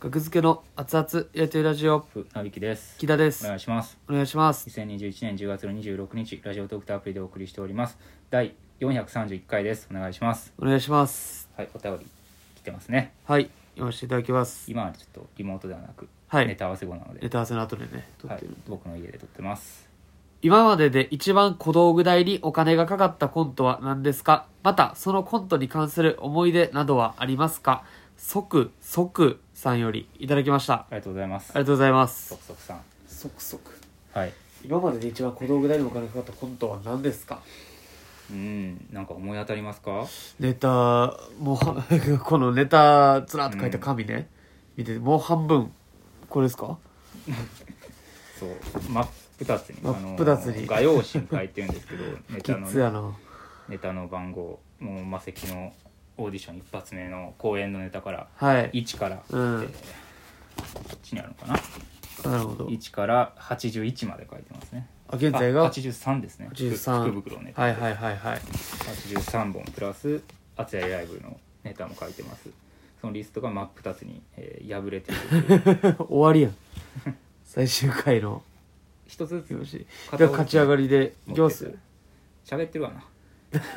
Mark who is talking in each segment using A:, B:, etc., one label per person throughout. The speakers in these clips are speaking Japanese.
A: 格付けの熱々やりとりラジオ
B: ふなびきです
A: 木田で
B: お
A: す
B: 願いします
A: お願いします
B: 2021年10月の26日ラジオトークターアプリでお送りしております第431回ですお願いします
A: お願いします
B: はいお便り来てますね
A: はい読ませていただきます
B: 今はちょっとリモートではなく、
A: はい
B: ネタ合わせ後なの
A: ネ
B: で、
A: タ合わせの後でね撮
B: は
A: っ
B: い
A: てる、、
B: 僕の家で撮ってます
A: 今までで一番小道具代にお金がかかったコントは何ですかまたそのコントに関する思い出などはありますか即即さんよりいただきました
B: ありがとうございます
A: ありがとうございます
B: そくそくさん
A: 即即
B: はい
A: 今までで一番小道具代にお金かかったコントは何ですか
B: うんなんか思い当たりますか
A: ネタもうこのネタずらっと書いた紙ね、見てもう半分これですか
B: そう真っ二つに
A: 真っ二つに
B: あの画用紙に書いてるんで すけどネ
A: キ
B: タ
A: ッ
B: の
A: ズやな
B: ネタの番号もうマセキのオーディション一発目の公演のネタから
A: はい
B: 1から、
A: うん
B: えーこっちにあるのかな
A: なるほど
B: 1から81まで書いてますね
A: あ現在が
B: あ83ですね
A: 13
B: 福袋ネタ、
A: はいはいはいはい
B: 83本プラス「熱いライブ」のネタも書いてますそのリストが真っ二つに、えー破 れているという
A: 終わ りやん最終回の
B: 一つず
A: よろ
B: つ
A: しい
B: 片
A: で
B: 方
A: は勝ち上がりでいきます
B: 喋ってるわな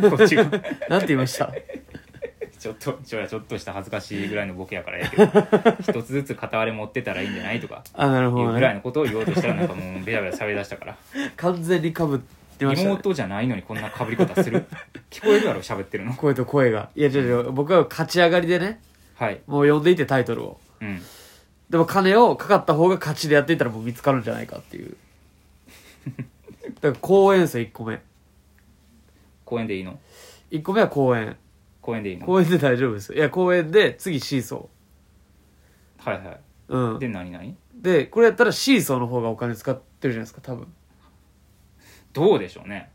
B: こ っちが
A: なんて言いま した
B: ちょっとちょちょっとした恥ずかしいぐらいのボケやからやけど一つずつ片割れ持ってたらいいんじゃないとか
A: あなる
B: い
A: ほ
B: う
A: ど
B: ぐらい
A: ね
B: のことを言おうとしたらなんかもうベラベラ喋りだしたから
A: 完全にかぶってました、ね、
B: 妹じゃないのにこんな被り方す る聞こえるやろ喋ってるの
A: 声と声がいや違う違う僕は勝ち上がりでね
B: はい
A: もう呼んでいてタイトルを
B: うん
A: でも金をかかった方が勝ちでやっていったらもう見つかるんじゃないかって いうだから公演ですよ1個目
B: 公園でいいの
A: 1個目は公演
B: 公園でいいの
A: 公演で大丈夫ですよいや公演で次シーソ
B: はいは
A: ーう
B: い
A: ん
B: で
A: で
B: 何何
A: これやったらシーソーの方がお金使ってるじゃないですか多分
B: どうでしょうね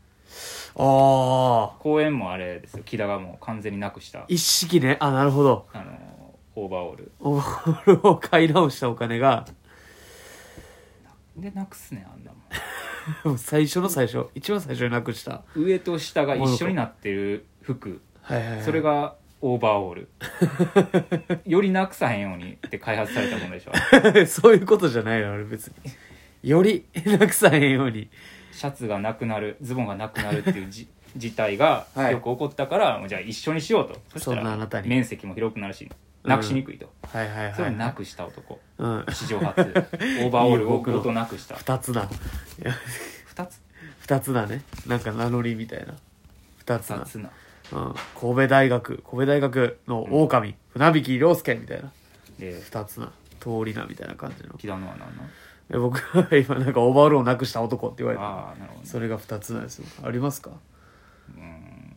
A: ああ
B: 公園もあれですよ木田がもう完全になくした
A: 一式ねあなるほど
B: あのーオーバーオール
A: オールを買い直したお金が
B: でなくすねあんなも
A: もう最初の最初一番最初になくした
B: ん上と下が一緒になってる服
A: はいはい、はい、
B: それがオーバーオール よりなくさへんようにって開発されたものでしょ
A: そういうことじゃないの俺別によりなくさへんように
B: シャツがなくなるズボンがなくなるっていうじ事態が
A: はい
B: よく起こったから、もうじゃあ一緒にしようとそした
A: そんなあなた
B: ら
A: に
B: 面積も広くなるし
A: うん
B: なくしにくいと、
A: はいはいはい、はい、
B: それをなくした男
A: うん
B: 史 上初オーバーオールをごとなくした
A: 二つだ いや
B: 2つ
A: 二つだねなんか名乗りみたいな二つ
B: 2
A: だ
B: つな
A: うん、神戸大学神戸大学の狼、船引き涼介みたいな
B: で
A: 二つな通りなみたいな感じの
B: 木田のは何なの
A: え僕は今なんかオーバーオールをなくした男って言われた
B: ああなるほど、
A: そ
B: ね、
A: れが二つなんですよありますか
B: うん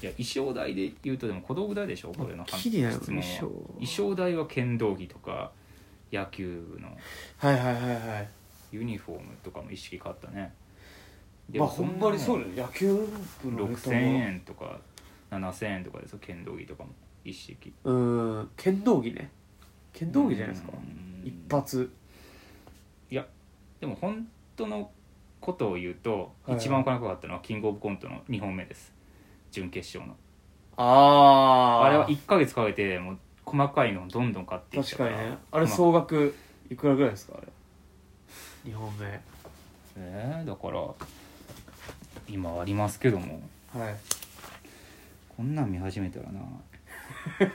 B: いや衣装代で言うとでも小道具代でしょこれの
A: きりないよ
B: 質問は
A: 衣装
B: 衣装代は剣道着とか野球部の
A: はいはいはいはい
B: ユニフォームとかも意識変わったねで
A: まあ
B: も
A: ほんまにそう
B: そ
A: ね野球部
B: んな
A: の
B: もん
A: ネタ
B: 6000
A: は
B: 円とか7000円とかですよ剣道着とかも一式
A: うん剣道着ね剣道着じゃないですか
B: うん
A: 一発
B: いやでも本当のことを言うと、
A: はい
B: 一番お金かかったのはキングオブコントの2本目です準決勝の
A: あ
B: あ
A: あ
B: れは1か月かけてもう細かいのをどんどん買っていっ
A: 確
B: た
A: か
B: から
A: にねあれ
B: ま
A: 総額いくらぐらいですかあれ2本目
B: えーだから今ありますけども
A: はい
B: こんなん見始めた らない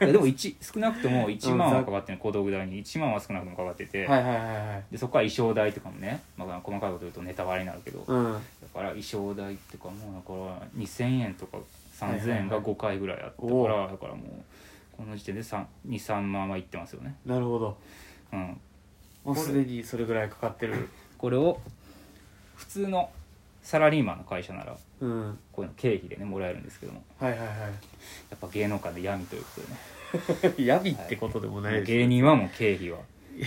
B: やでも一少なくとも1万はかかってる小道具代に1万は少なくともかかってて、
A: はいはいはいはい
B: でそこから衣装代とかもね、まあ、細かいこと言うとネタバレになるけど、だ
A: うん
B: から衣装代とかもだから2000円とか3000円
A: はいはいは
B: が
A: い
B: 5回ぐらいあったから、
A: おお
B: だからもうこの時点で23万はいってますよね、
A: なるほど
B: うん、
A: もうすでにそれぐらいかかってる
B: これを普通のサラリーマンの会社なら
A: うん
B: こういうの経費でねもらえるんですけども
A: はいは
B: やっぱ芸能界で闇ということでね
A: いはい闇ってことでもない
B: もう
A: です、い、
B: 芸人はもう経費は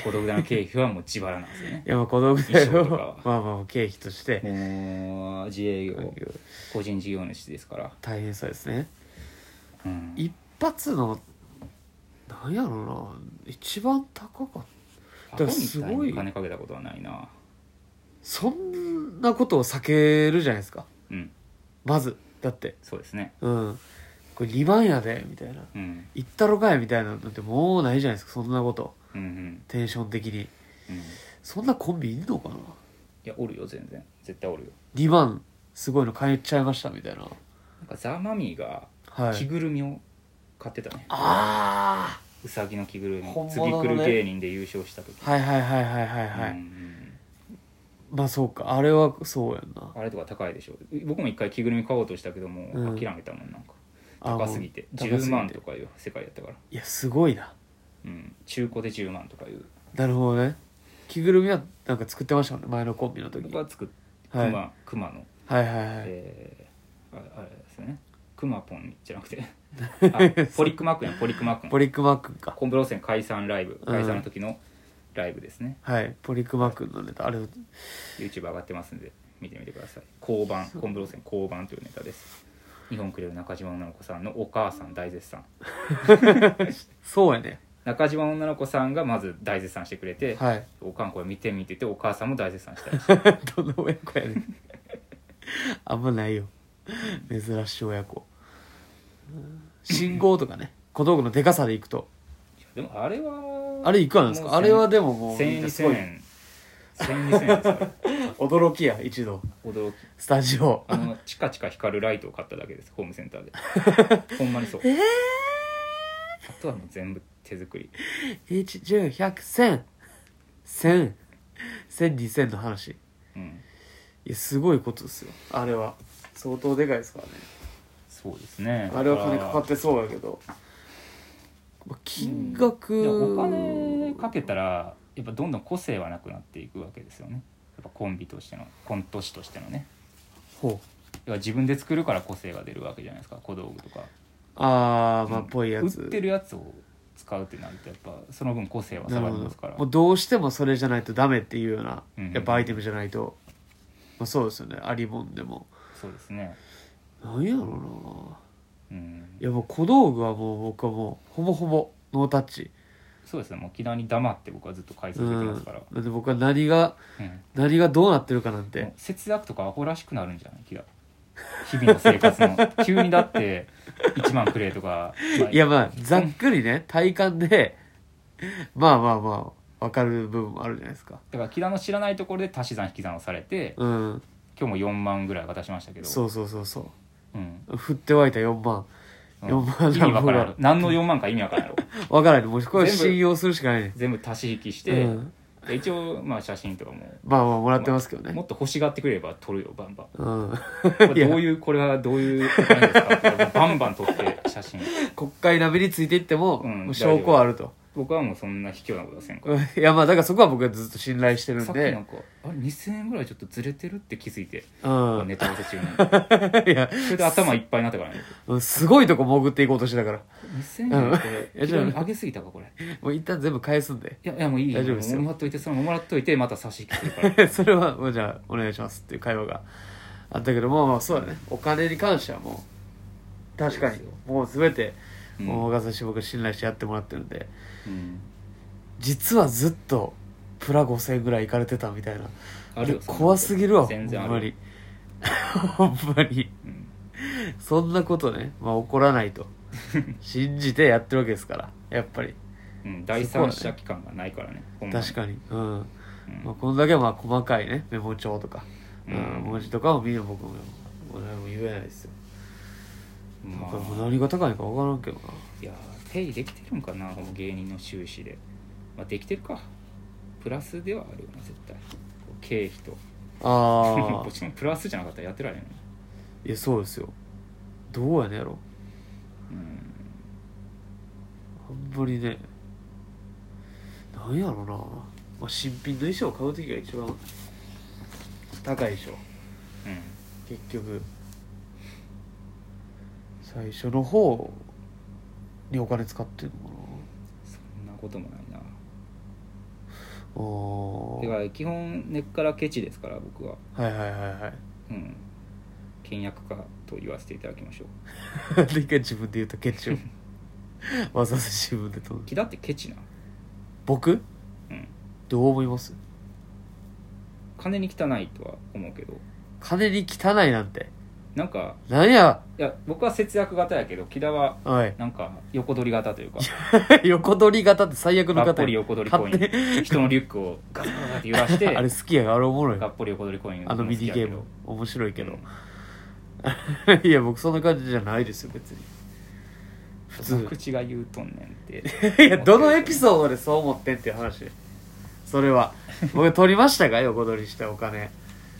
B: 孤独だの経費はもう自腹なんですよ ね
A: やまあ子供ぐらい
B: 衣
A: を
B: 装とかは
A: まあまあ経費として
B: もう自営業個人事業主ですから、
A: 大変そうですね
B: うん、
A: 一発のなんやろうな一番高かった
B: アホみ
A: す
B: たい
A: ごい
B: に金かけたことはないな
A: そんなことを避けるじゃないですか
B: うん
A: まずだって
B: そうですね
A: うんこれ2万やでみたいな
B: うん
A: 行ったろかいみたいなのってもうないじゃないですかそんなこと
B: うんうん
A: テンション的に
B: うんい
A: そんなコンビいんのかな
B: やおるよ全然絶対おるよ
A: 2万すごいの買えちゃいましたみたいな
B: なんかザ・マミーが
A: は
B: 着
A: い
B: ぐるみを買ってたね、
A: あ
B: うさぎの着ぐるみ
A: 本
B: 次
A: 物の
B: 来
A: ね
B: る芸人で優勝した時
A: あはいはいはいはいはいはい、
B: うんうん
A: まあそうかあれはそうやんな
B: あれとか高いでしょ僕も一回着ぐるみ買おうとしたけども
A: うん
B: 諦めたもんなんか
A: あ
B: 高すぎて
A: もう高すぎ
B: 10
A: て
B: 万とかいう世界やったから、
A: いやすごいな
B: うん、中古で10万とかいう
A: なるほどね着ぐるみはなんか作ってましたもんね前のコンビの時
B: 僕は作っ
A: はい
B: 熊熊の、
A: はいはいはい
B: えーああれですよね熊ポンじゃなく てあポリクマくんやポリクマくん
A: ポリクマくんか
B: コンブローセン解散ライブ
A: ん
B: 解散の時のライブですね、
A: はいポリクマくんのネタあれ
B: YouTube 上がってますんで見てみてください交番コンブローセン交番というネタです日本くれる中島女の子さんのお母さん大絶賛
A: そうやね
B: 中島女の子さんがまず大絶賛してくれて、
A: はい
B: おかんこれ見て見ててお母さんも大絶賛した りして
A: どの親子やねん あんまないよ珍しい親子うん信号とかね小道具のでかさでいくと
B: でもあれは
A: あれいくらなんですかあれはでももう
B: 1000円2000円1000円ですから
A: 驚きや一度
B: 驚き
A: スタジオ
B: あのチカチカ光るライトを買っただけですホームセンターで ほんまにそう
A: え
B: あとはもう全部手作り
A: ー、1 0 1 0 0 1 0 0 0 1 0 0 0 2 0 0 0の話い
B: うん
A: やすごいことですよあれは相当でかいですからね
B: そうですね
A: あれは金かかっててそうやけどまあ金額、
B: お金かけたらやっぱどんどん個性はなくなっていくわけですよねやっぱコンビとしてのコント師としてのね
A: ほう
B: 要は自分で作るから個性が出るわけじゃないですか小道具とか
A: ああまあぽいやつ
B: 売ってるやつを使うってなるとやっぱその分個性は下
A: なる
B: がり
A: ほど
B: ますから
A: もうどうしてもそれじゃないとダメっていうような
B: うん
A: やっぱアイテムじゃないと、まあ、そうですよねありもんでも
B: そうですね
A: なんやろうな
B: うん
A: いやもう小道具はもう僕はもうほぼほぼノータッチ
B: そうですねもう沖縄に黙って僕はずっと改
A: う
B: 装できます
A: ん
B: から、
A: だって僕は何が
B: うん
A: 何がどうなってるかなん
B: もう
A: て
B: 節約とかアホらしくなるんじゃない気が日々の生活の 急にだって1万くれとか、まあ
A: いやまあざっくりね体感でまあまあまあ分かる部分もあるじゃないですか
B: だから木田の知らないところで足し算引き算をされて
A: うん
B: 今日も4万ぐらい渡しましたけど、
A: そうそうそうそう
B: ん
A: う振って湧いた4万
B: うん
A: 4万
B: 意味わからんやろ何の4万か意味わからんやろ
A: 分からないもうこれは
B: 全部
A: 信用するしかないね
B: 全部足し引きし
A: う
B: て、
A: ん、
B: で一応まあ写真とかも
A: まあまあもらってますけどね、
B: もっと欲しがってくれれば撮るよバンバン
A: うん、
B: こ
A: い
B: れ
A: や
B: どういうこれはどういう何ですかってバンバン撮って写真
A: 国会並みについていっても,、
B: うん
A: 証拠はあると
B: 僕はもうそんな卑怯なことはせんから
A: うんいやまあだからそこは僕はずっと信頼してるん
B: さっきな
A: で
B: んかあれ2000円ぐらいちょっとずれてるって気づいて、
A: うん
B: ネタ合わせ中に
A: いや
B: それ で頭いっぱいになったからね
A: うんすごいとこ潜っていこうとしてたから
B: 2000円ぐらいこ
A: い
B: れ
A: や
B: 非
A: じゃあ
B: 常に上げすぎたかこれい
A: もう一旦全部返すんで
B: やいやもういい
A: 大丈夫ですよ
B: もうもらっといてそのままもらっといてまた差し引きする から
A: それはもうじゃあお願いしますっていう会話があったけどもまあそうだねお金に関してはもう確かに
B: そうです
A: もう全て
B: うん
A: 大川さんし僕は信頼してやってもらってるんで、
B: うん
A: 実はずっとプラ5000円ぐらい行かれてたみたいな
B: あるよそんなこと
A: 怖すぎるわほ
B: 全
A: ん
B: 然あ
A: ま
B: るよ
A: にほんまに
B: うん
A: そんなことね、まあ、起こらない と信じてやってるわけですからやっぱり
B: うん、第三者機関がないからねほんまに
A: 確かに、うん
B: うん
A: まあ、こんだけまあ細かいねメモ帳とか、うん
B: うん
A: 文字とかを見る僕も俺も言えないですよ、
B: ま
A: だからもう
B: あ、
A: 何が高いのか分からんけどない
B: やーペイできてるんかなこの芸人の収支で、まあ、できてるかプラスではあるよな絶対経費と
A: ああ
B: もちろんプラスじゃなかったらやってられない
A: いやそうですよどうやねんやろ
B: うん
A: あんまりねなんやろな、まあ、新品の衣装を買う時が一番高いでしょ
B: うん
A: 結局最初の方にお金使ってるのか
B: そんなこともないな
A: なお
B: て
A: ー
B: か基本根っからケチですから僕は
A: はいはいはいはい
B: うん倹約家と言わせていただきましょう
A: なん で一回自分で言うとケチを わざわざ自分でと
B: 木田ってケチな
A: 僕
B: うん
A: どう思います
B: 金に汚いとは思うけど
A: 金に汚いなんて
B: なんか
A: 何や
B: いや僕は節約型やけど木田は
A: おい
B: なんか横取り型というか
A: 横取り型って最悪の
B: がっ
A: 型
B: ぽり横取りコイ
A: 勝
B: ン人のリュックをガサガサって揺らして
A: あれ好きやがあれおもろい
B: がっぽり横取りコイン
A: あのミ
B: 好き
A: ニ
B: や
A: ゲ
B: け
A: ーム
B: ど
A: 面白いけど
B: うん、
A: いや僕そんな感じじゃないですよ別に普通
B: 口が言うとんねんっ て
A: いやどのエピソードでそう思ってんっていう話それ は僕取りましたか横取りしたお金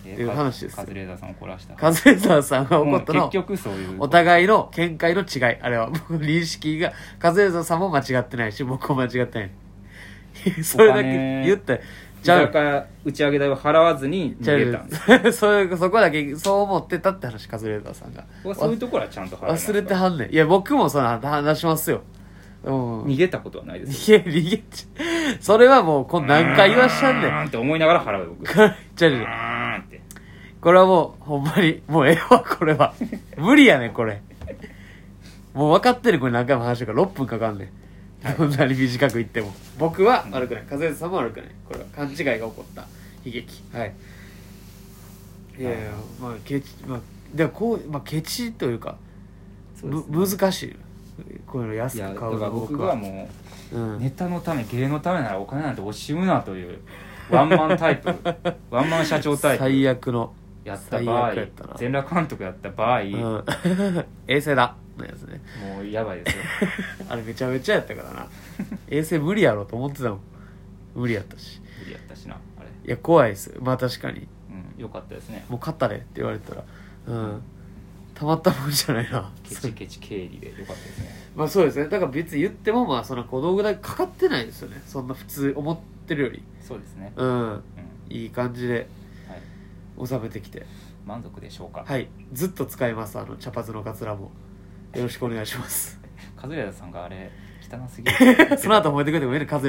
B: え
A: っていう話です
B: カズレーザーさん怒らした
A: カズレーザーさんが怒った
B: もう
A: の
B: 結局そういう
A: お互いの見解の違いあれは僕の認識がカズレーザーさんも間違ってないし僕も間違ってない それだけ言って
B: じ
A: じゃ
B: ゃあ
A: あ
B: 打ち上げ代を払わずに
A: じゃ
B: 逃げたんです
A: あそれそこだけそう思ってたって話カズレーザーさんが
B: 僕はそういうところはちゃんと払います
A: 忘れてはんねんいや僕もその話しますようん
B: 逃げたことはないです
A: 逃げ逃げちゃそれはもうこう何回言わしたんね
B: うー
A: ん
B: って思いながら払うよ 僕う
A: じゃ
B: ー
A: あ
B: んって
A: これはもうほんまにもうええわこれは無理やねんこれもう分かってるこれ何回も話してるから6分かかんねんどんなに短く言っても僕は悪くない和江さんも悪くないこれは勘違いが起こった悲劇はいいやいやまあケチまあでもこう、まあ、ケチというか
B: そうですね
A: む難しいこういうの安
B: いや
A: く買
B: だか
A: う
B: ら
A: の
B: 僕はも
A: うん
B: うネタのため芸のためならお金なんて惜しむなというワンマンタイ プワンマン社長タイ
A: 最
B: プ
A: 悪の
B: やった場
A: 最
B: 合
A: 悪やったな
B: 全裸監督やった場合、
A: うん 衛星だのやつね
B: もうやばいで すよ
A: あれめちゃめちゃやったからな衛星無理やろと思ってたもん無理やったし
B: 無理やったしなあれ、
A: いや怖いですまあ確かに
B: うん、よかったですね
A: もう勝ったれって言われたらうんたまったもんじゃないな
B: ケ
A: そ
B: チ
A: う
B: ケチ経理でよかったですね
A: まあそうですねだから別に言ってもまあその小道具代かかってないですよねそんな普通思ってるより
B: そうですね、
A: うん
B: うん
A: いい感じで
B: はい、
A: 収めてきて
B: 満足でしょうか、
A: はいずっと使いますあの茶髪のカツラもよろしくお願いします
B: カズレーザーさんがあれ汚すぎる
A: その後褒めてくれてもいいねカズ